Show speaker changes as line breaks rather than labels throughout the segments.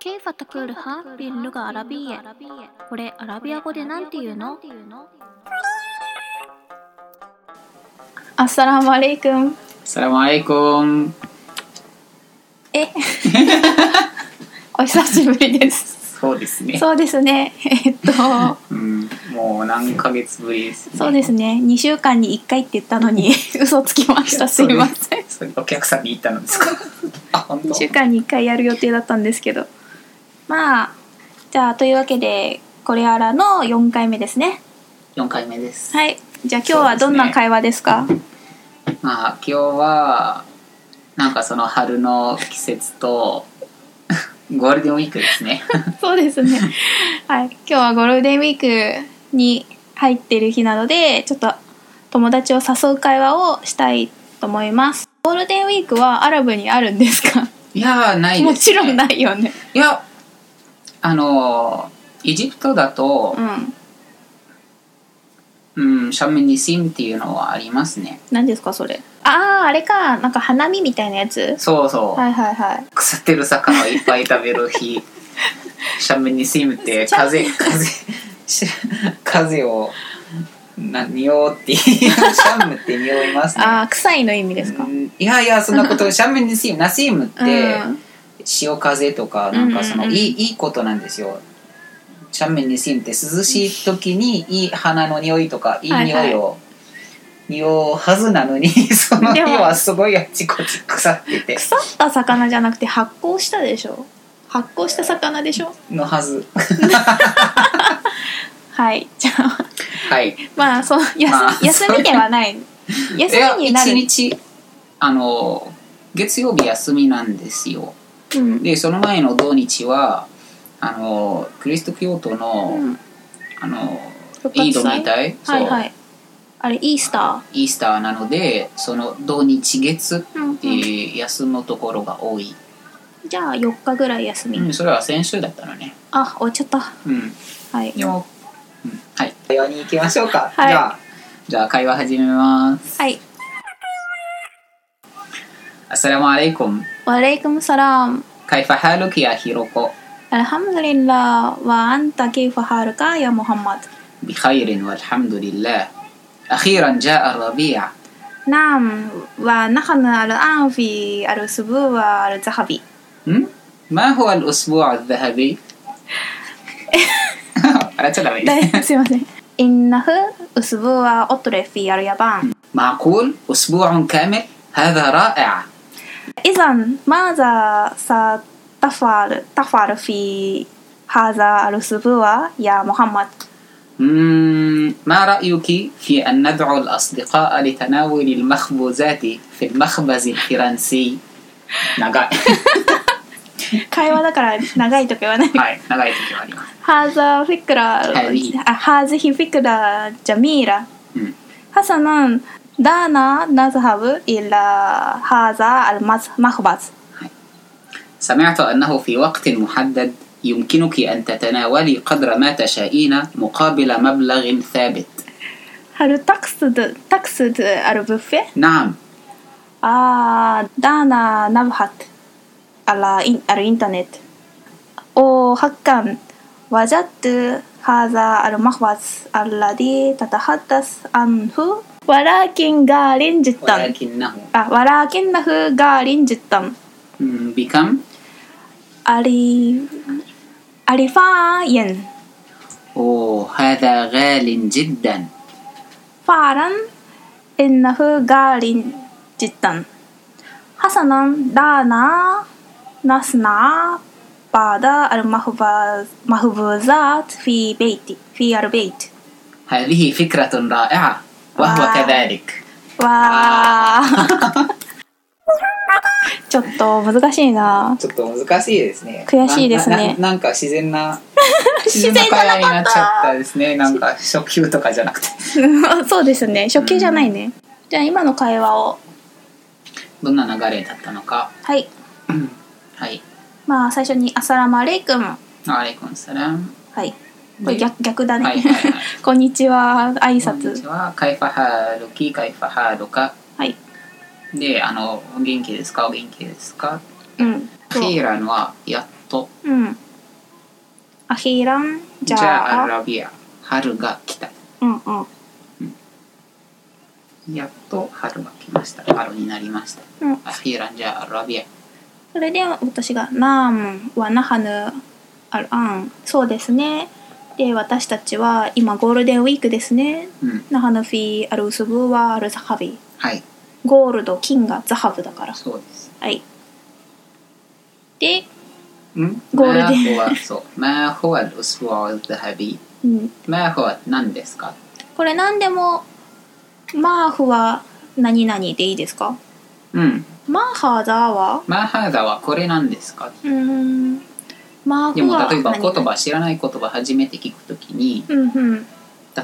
كيف تقول ها باللغة العربية؟ これアラビア語でなんて言うの
السلام عليكم
السلام عليكم
えお久しぶり です
そうですね
そうですねえっと
うん、もう何ヶ月ぶりですね
そうですね2週間に1回って言ったのに嘘つきましたすいません
それお客さんに言ったのです かあ本
2
当
週間に1回やる予定だったんですけどまあじゃあというわけでこれからの4回目ですね
4回目です、
はいじゃあ今日はどんな会話ですか
まあ今日はなんかその春の季節とゴールデンウィークで すね
そうですね。はい、今日はゴールデンウィークに入ってる日なので、ちょっと友達を誘う会話をしたいと思います。ゴールデンウィークはアラブにあるんですか？
いやーないです、ね、
もちろん
い
ないよね。
いやあのーエジプトだと
う、ん。
うん、シャムニシンっていうのはありますね
何ですかそれ？ああ、あれか、なんか花見みたいなやつ。
そうそう、
はいはいはい。
腐ってる魚をいっぱい食べる日シャムニシムって
シャム
風風し風をな匂うっていうシャムって匂いますね
ああ、臭いの意味ですか？
うんいやいやそんなことシャムニシムナシムっ
う
て
ん。
潮風とかなんかその
うんうんうん
いいいいことなんですよシャムニシムって涼しい時にいい花の匂いとかいい匂いを匂うはずなのに その日
でも
はすごいあちこち腐ってて
腐った魚じゃなくて発酵したでしょ？発酵した魚でしょ？
のはず
はい。じゃあ。
はい
まあそう休,、
まあ
休みではない
いや
休みになる
一日あの月曜日休みなんですよ
うん
でその前の土日はあのクリスト教徒の、
うん
あの
復活祭
イードみたい、
はいは
そう
いあれイースタ
イースターなのでその土日月っ
ー、うんうん
ていう休むところが多い、
じゃあ4日ぐらい休み、
うん、それは先週だったのね
あ終わっちゃった
うん
はい
よ、うん、はい会話に行きましょうか、
はい
じゃあじゃあ会話始めます
はい
アスラムアレイコン
われいくむさらん
カイファハルキやヒロコ
الحمد لله وأنت كيف حالك يا محمد
بخير والحمد لله أخيرا جاء الربيع
نعم ونحن الآن في الأسبوع الذهبي
م? ما هو الأسبوع الذهبي؟ 笑っちゃダメ。
すいません إنه أسبوع أطرف في اليابان
معقول؟ أسبوع كامل؟ هذا رائع
إذا ماذا ستفعل تفعل في هذا الأسبوع يا محمد؟
مم، ما رأيك في أن ندعو الأصدقاء لتناول المخبوزات في المخبز الفرنسي؟ 長い。
会話だから長いとか言わない
はい、長い時はあります。うん。
هذا فكرة
هذه.
هذه فكرة جميلة حسنا دعنا نذهب إلى هذا المخبز
سمعت أنه في وقت محدد يمكنك أن تتناولي قدر ما تشائين مقابل مبلغ ثابت
هل تقصد تقصد البوفيه؟
نعم
آه دعنا نبحث على إن- الإنترنت وحقا وجدت هذا المخبز الذي تتحدث عنه ولكن غالٍ جدا
ولكنه
آه، ولكنه غالٍ جدا
مم، بكم؟
ألي ألفا ين
أوه هذا غال جدا
فعلا إنه غالٍ جدا حسنا دعنا نصنع بعض المخبز- المخبوزات في بيتي في البيت
هذه فكرة رائعة وهو
واو.
كذلك
わー ちょっと難しいな
ちょっと難しいですね
悔しいですね
なななんか自 然な
自然じゃなかった
会話になっちゃったですねなんか初級とかじゃなくて
そうですね初級じゃないね、じゃあ今の会話を
どんな流れだったのか
はい
うんはい
まあ最初に「アサラマレイクム
アレイコンサラム」
はいこれ逆逆だね、
はいはいはい
こんにちは挨
こんに
拶
ちはカイファハールキカイファハールカ
はい
であのお元気ですかお元気ですか
うん
ヒーランはやっと
うん。アヒランじ
じゃ
ゃ
あ
あ。
アラビア春が来た
うんうん。
やっと春が来ました春になりました
うん
アヒランジャーアラビア
それで私が「ナームはナハヌアルアン」そうですねで私たちは今ゴールデンウィークですね
うん
ナハヌフィアルウスブはアルザハビ
はい
ゴールド金がザハブだから
そうです
はいで、
ん
ゴールデン
マーホはそうマーホはウスワーズハビ
うん、
マーホは何ですか
これ何でもマーフは何々でいいですか
うん
マーハザーは
マーハーザはこれなんですか
うーんマー
で
フ
も
は
例えば
何々
言葉知らない言葉初めて聞くときに
うんうん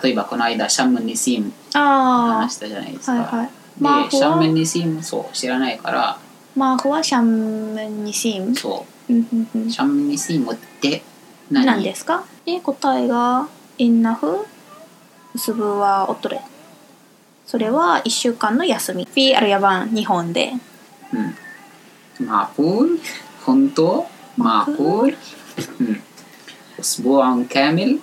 例えばこの間シャムニシーム
あ
話したじゃないです
あ
か、
はいはいマー
で
フ
シャ
は
ムニシームそう知らないから
マーフはシャムニシン
そ
うんうんうん
うシャムニシームって何
なんですかで答えが「インナフスブはおとれ」それは1週間の休み「フィアルヤバン」日本で
うんマープル本当マープルうんオスボアンキャメル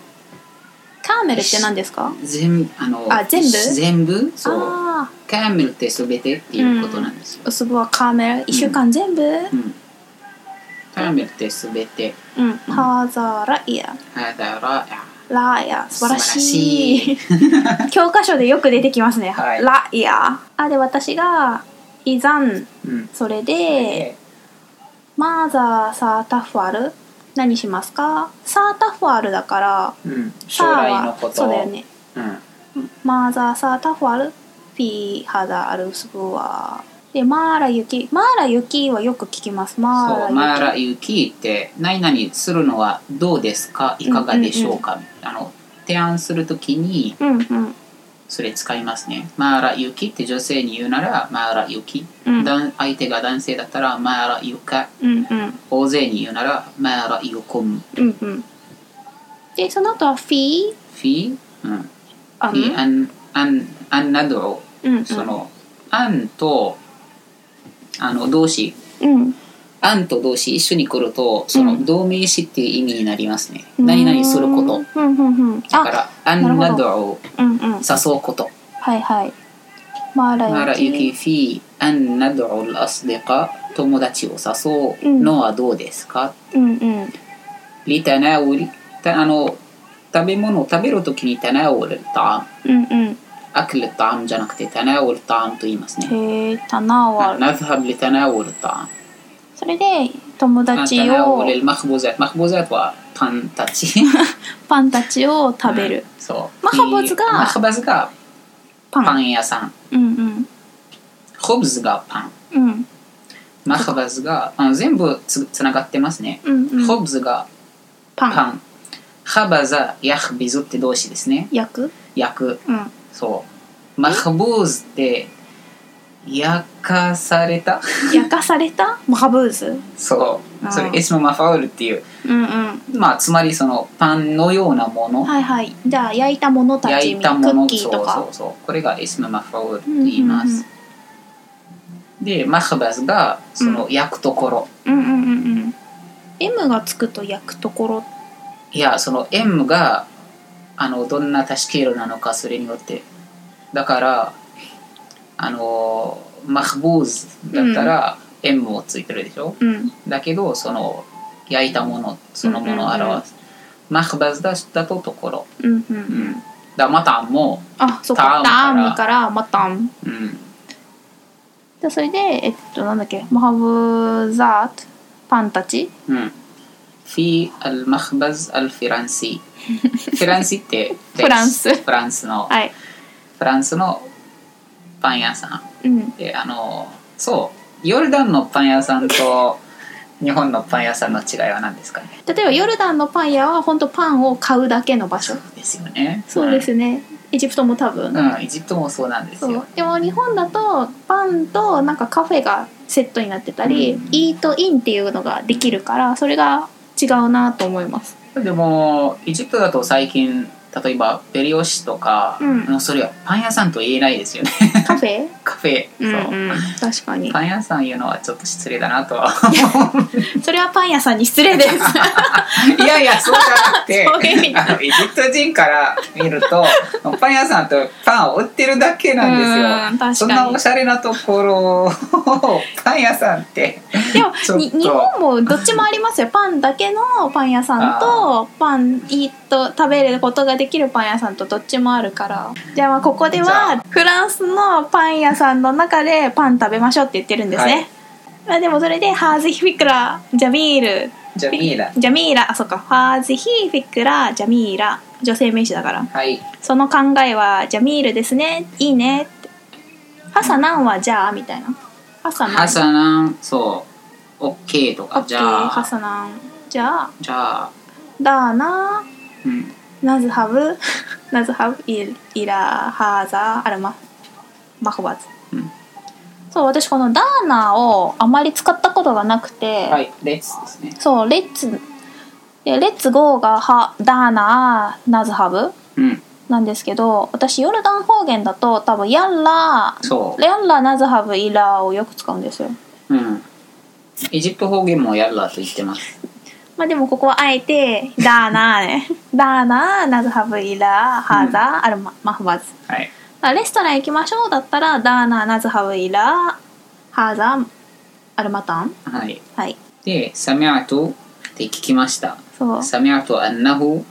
カーメルって何ですか
全あの
あ全部
全部そう
あ
キャメルってすべてっていうことなんですよ
あ、スブはカーメル1週間全部
うんキャメルってすべて
うん「ハーザーライヤ
だから
ライヤ」素晴らしい
素
教科書でよく出てきますね「
はい
ライヤ」あで私が「イザン
うん」
それで「マーザーサータファル何しますかサータファルだから
うん、
サー
将来の
は
ことを
そうだよね
うん
マーザーサータファルフィーハダアルスブワーでマーラユキマーラユキはよく聞きますマーラ
そう
ユキ
マーラユキって何々するのはどうですかいかがでしょうか、あの提案するときに
うんうん
それ使いますねマーラユキって女性に言うならマーラユキ、
うん
だん相手が男性だったらマーラユカ
うんうん
大勢に言うならマーラユコム
うんうんでその後はフィー
フィ、うん、フ
アン
ィアンアンアンなど
うんうん
その、アンとあの動詞
うん
アンと動詞一緒に来るとその動名詞っていう意味になりますね、
うん
何々すること
うんうんうん
だか
あ
ら、アンナドを
うんうん
誘うこと。
はいはいマー
な
ラ
ら、
ユキ
ゆき、フィー、アンナドをアスデカ、友達を誘うのはどうですか、
うんうん
リタナウリ、たあの、食べ物を食べるときにタナウルタアム。
うんうん
アクルタアムじゃなくてタナウルタアムと言いますね。
へえタナワル
ナズハブリタナウルタアム。
それで友
タナ
達
ウ
を
ルマクボザマクボザはパンたち。
パンたちを食べる、
うん。そう。
マハボズが
マハボズが
パン
パン屋さん。
うんうん
ホブズがパン。
うん
マハバズがあの全部つつながってますね。
うんうん
ホブズが
パン
パン。ハバザ、ヤハビズって動詞ですね。
焼く
焼く。
うん
そう。マハボーズって焼かされた
焼かされたマハブーズ
そう。そ
あ
れ、
ー
エスムマファウルっていう。
うんうん
まあ、つまりそのパンのようなもの。
はいはいじゃあ焼いたものた
焼
ち
いたも
ク
の
ッキーと
そう
か
そうそう。これがエスムマファウルって言います。で、マハバズがその焼くところ。
うんうんうんうん M がつくと焼くところ
いや、その M があのどんなタシケールなのかそれによって。だから、あの、マハブーズだったら M もついてるでしょ、
うん
だけど、その焼いたもの、そのものを表す。マハバズだだとところ。
うんうんう
うん
ん。
だマタンも、
あそっか
タ
ター
ーンから
ンからまたん
うん、
でそれでえっとなんだっけマハブザートパンたち
うん。في المخبز الفرنسي フランスって
フランス
フランスの
はい
フランスのパン屋さ
う
ん
ん
であのそうヨルダンのパン屋さ んと日本のパン屋さんの違いは何ですかね
例えばヨルダンのパン屋は本当パンを買うだけの場所
ですよね
そうですね、エジプトも多分、
うん、うん、エジプトもそうなんです
そ
よ
うでも日本だとパンとなんかカフェがセットになってたり、
うん
イートインっていうのができるからそれが違うなと思います
でもエジプトだと最近例えばペリオシとか、
うん
もうそれはパン屋さんと言えないですよね
カフェ
カフェ、
うん
そう
うん確かに
パン屋さん言うのはちょっと失礼だな とは
それはパン屋さんに失礼です
いやいやそうじゃなくて
そういう意味
あのエジプト人から見る とパン屋さんとパンを売ってるだけなんですよ
うん確かに
そんなおしゃれなところをパン屋さん って
でも
ちょっと
に日本もどっちもありますよパンだけのパン屋さんとパンイート食べることができるパン屋さんとどっちもあるからじゃあまあここで
じゃ
は
あ
フランスのパン屋さんの中でパン食べましょうって言ってるんですね、
はい
まあ、でもそれでハーズヒフィクラジャミール
じゃあミイラ
ジャミーラあそうかハーズヒフィクラジャミーラ女性名詞だから
はい
その考えはジャミールですねいいねってハサナンはじゃあみたいなハサナン
ハサナンそうオッケーと
オッ
か
ケ
じ
ー
ゃ
ハ
あ
サナンじゃあ
じゃあ、
だな
うん、
なずはぶ なずはぶいいらはざあらままほばず
うん
そう私このダーナをあまり使ったことがなくて、
はいレッツですね
そうレッツでレッツゴーがはダーナーナズハブ
うん
なんですけど私ヨルダン方言だと多分ヤンラ
そう
ヤンラナズハブイラーをよく使うんですよ
うんエジプト方言もやるらと言ってます
まあでもここはあえてダーナーね ダーナーナズハブイラーハザーアルママフバズ
はい
あレストラン行きましょうだったらダーナーナズハウイラーハーザーアルマタン
はい
はい
でサミアトって聞きました
そう
سمعت أنه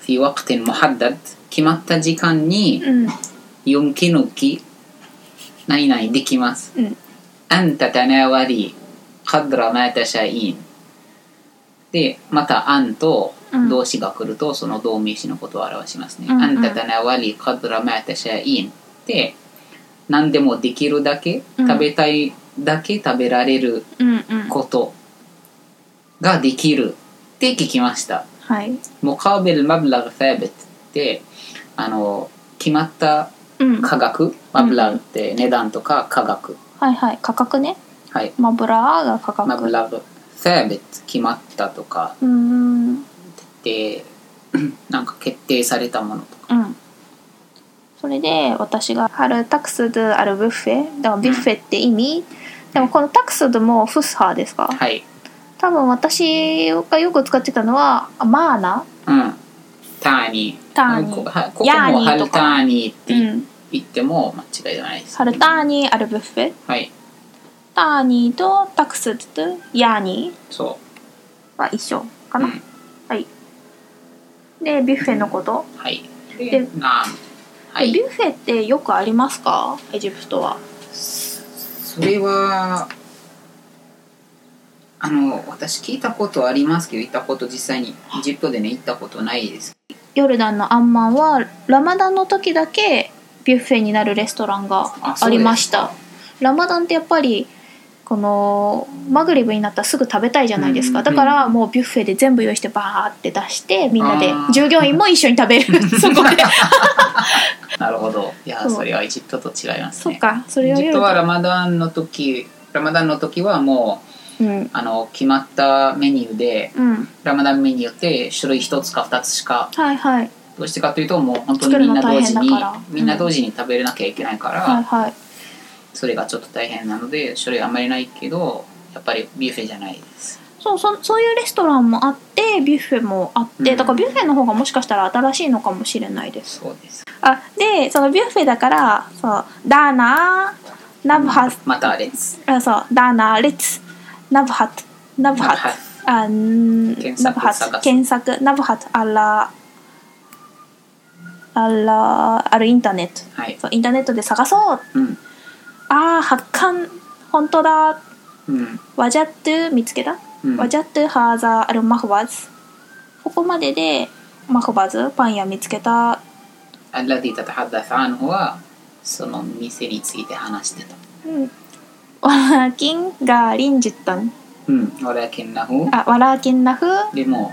في وقت محدد 決まった時間に
うん
يمكنك 何々できます
うん
أن تتناولي قدر ما تشائين で、また、あんと
うん
動詞が来ると、その動名詞のことを表しますね。
うんうん
あんたたなわりかずらまたしゃいん。で、何でもできるだけ、
うん
食べたいだけ食べられる
うんうん
ことができるって聞きました。
はい
モカベル・マブラグ・ファーベットってあの決まった
うん
価格、マブラグって値段とか価格、
はいはい価格ね
はい、
マブラーが価格
マブラグ・ファーベット決まったとか
うーんうん
でなんか決定されたものとか
それで私が「ハルタクスドゥアルブッフェ」だからビュッフェって意味、でもこのタクスドゥもフッハーですか、
はい、
多分私がよく使ってたのはあマーナ
うん、ターニー
ターニー
こはここ
ヤーニー
も
とか
ハルターニーっ
う
て
ん
言っても間違いではないです、
ハルターニーアルブッフェ
はい
ターニーとタクスドゥヤーニー
そ
は一緒か
う、う
な、
ん、
はいでビュッフェのこと、
はい
で
でナームは
ビ
い
ュッフェってよくありますかエジプトは
それはあの私聞いたことありますけど行ったこと実際にエジプトでね行ったことないです
ヨルダンのアンマンはラマダンの時だけビュッフェになるレストランが
あ
ありましたラマダンってやっぱりこのマグリブになったらすぐ食べたいじゃないですか、
うん
だからもうビュッフェで全部用意してバーって出してみんなで
あー
従業員も一緒に食べ る そこで
なるほどいや
そう
それはエジプトと違います
そっ
ね
かそれ
エ
を
ジ
ヨ
プ
ル
トは
ダン
ラマダンの時ラマダンの時はもう
うん
あの決まったメニューで
うん
ラマダンメニューって種類1つか2つしか
はいはい
どうしてかというともう本当にみんな同時
作るの大変
に
だから
みんな同時に食べれなきゃいけないから、
はいはい
それがちょっと大変なので種類あんまりないけどやっぱりビュッフェじゃないです
そうそそういうレストランもあってビュッフェもあって、
うん
だからビュッフェの方がもしかしたら新しいのかもしれないです
そうです
あでそのビュッフェだからそうダーナーナブハス、
またレッツ
あそうダーナーレッツナブハトナブハト
ナブハ
あん
検索
ナブハト
探す
検索ナブハトアラアラあるインターネット
はい
そうインターネットで探そう
うん
あー発刊本当だ
うん
ワジャットゥ見つけた
うん
ワジャットハーザーアルマフバズここまででマフバズパン屋見つけた
الذي تتحدث عنه はその店について話してた。
うんワラーキンガーリンジュッタン
うん。ولكنه
あワラーキンナフ
でも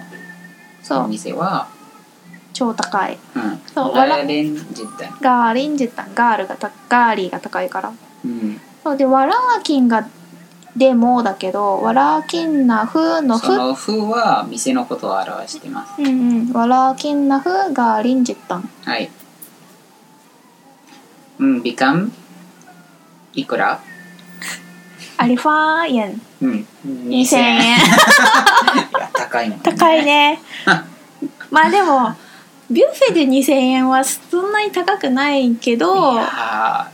そ
そ
の
う
店は、
超高い
うん。
そう
ولا لن جدا。
ガーリンジュッタンガールがたガーリーが高いから
うん。
そうでワラーキンがでもだけど、わらきんなふの
そ
ふ。
の「ふ」は店のことを表してます
うんうん。わらきんなふがりんじったん。
はいうん「ビカム」いくら
アリファーエン。
うん
2000円。
いや高いもん、ね、
高い ね。まあでも、ビュッフェで2000円はそんなに高くないけ
い
ど、
や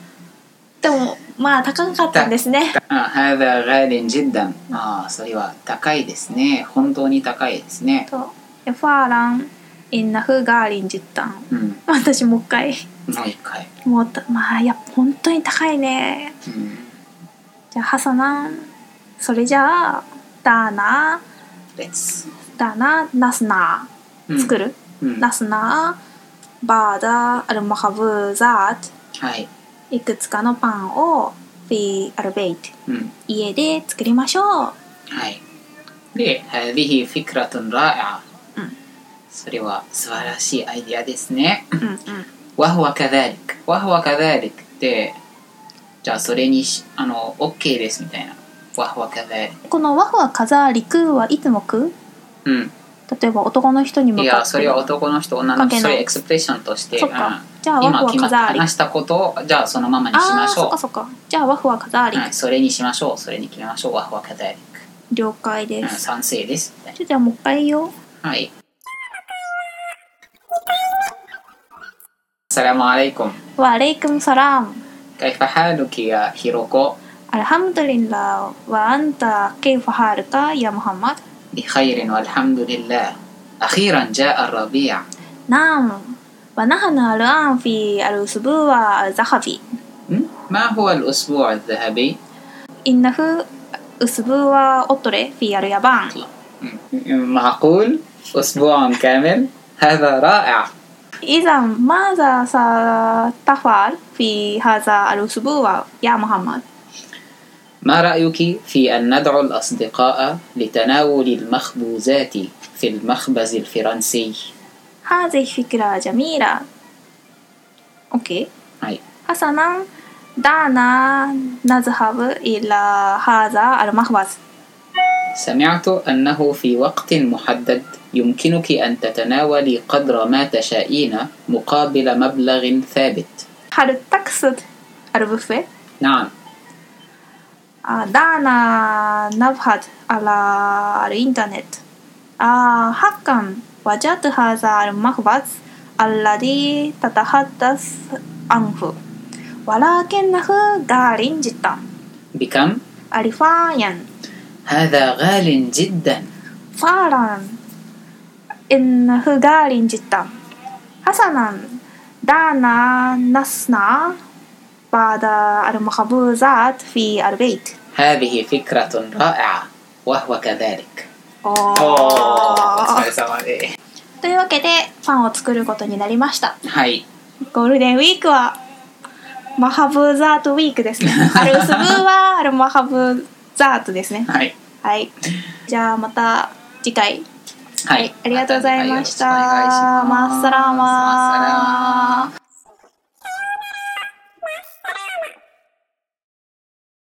でも、まあ高かったんですね。
ーあ هذا غال جدا ああそれは高いですね本当に高いですね
と、エファーラン、インナフガーリンジッタン。
うん
私もう一回、
もう一回
もうた、まあ、いや、本当に高いね。
うん
じゃあ、ハサナン。それじゃあ、ダーナ、
レッツ、
ダーナ、ナスナ。
うん
作、る、
うん、
ナ
は
スナ、バーダ、アルマハブザート。
い、
いくつかのパンを、ビーアルベイト。
うん
家で作りましょう。
はい。で、هذه فكرة رائعة。
うん
それは素晴らしいアイディアですね。
うんうん。
وهو كذلك。وهو كذلك って、じゃあそれにし、あの、OK ですみたいな。وهو كذلك。
このワフはカザーリクはいつもく
うん。
例えば男の人に向かっ
い
て。
や、それは男の人、女の
関
人、
係
そ
ない
れエクスプレッションとして、
そっ
うん
か。じゃあワフ
今
は
決ま
カ
っ
ザーリク。
話したことを、じゃあそのままにしまし
あ
ょ
あー、そっかそっか。じゃあワフはカザー
う。
リク。
はい、それにしましょう。それに決めましょう。وهو كذلك。
了解で
うん、
す。
賛成です。みたいな
じゃあじゃあもう一回言いよう。
はい。السلام عليكم
わレイクムサラム。
كيف حالك يا هيروكو
アルハムドリンラーはあんたケイファハールかやムハンマド。
بخير والحمد لله أخيرا جاء الربيع
ナム。わナハヌアルアンフィアルウスブーはアルザハビ。
م? ما هو الأسبوع الذهبي
インナフウスブーはオットレフィアルヤバン。
م. معقول أسبوع كامل هذا رائع
イザンマーザーサータファルフィーハザーアルスブーワヤムハマ
ما رأيك في أن ندعو الأصدقاء لتناول المخبوزات في المخبز الفرنسي
ハーゼヒフィクラジャミーラオッケー
هاي
ハサナンダーナナズハブイラハザーアルマハバズ
سمعت أنه في وقت محدد يمكنك أن تتناولي قدر ما تشائين مقابل مبلغ ثابت.
ハルタクスアルブッフェ
نعم،
あダーナナブハズアラアルインターネットあハッカンワジャトハザーアルマハバズアラディタタハッタスアンフワラケンナフガーリンジッタン
بكم؟
アリファーヤン
هذا غال جدا.
ファーランインフガーリンジッタンハサナンダーナナスナバーダアルマハブザートフィアルベイト
هذه فكرة رائعة وهو كذلك.
おーというわけでパンを作ることになりました
はい。
ゴールデンウィークはマハブザートウィークです ねアルウスブーはアルマハブザートですね
はい。
はいじゃあまた次回
は
はい、ありがとうございました。
よろしくお願いします
マッサラーマー。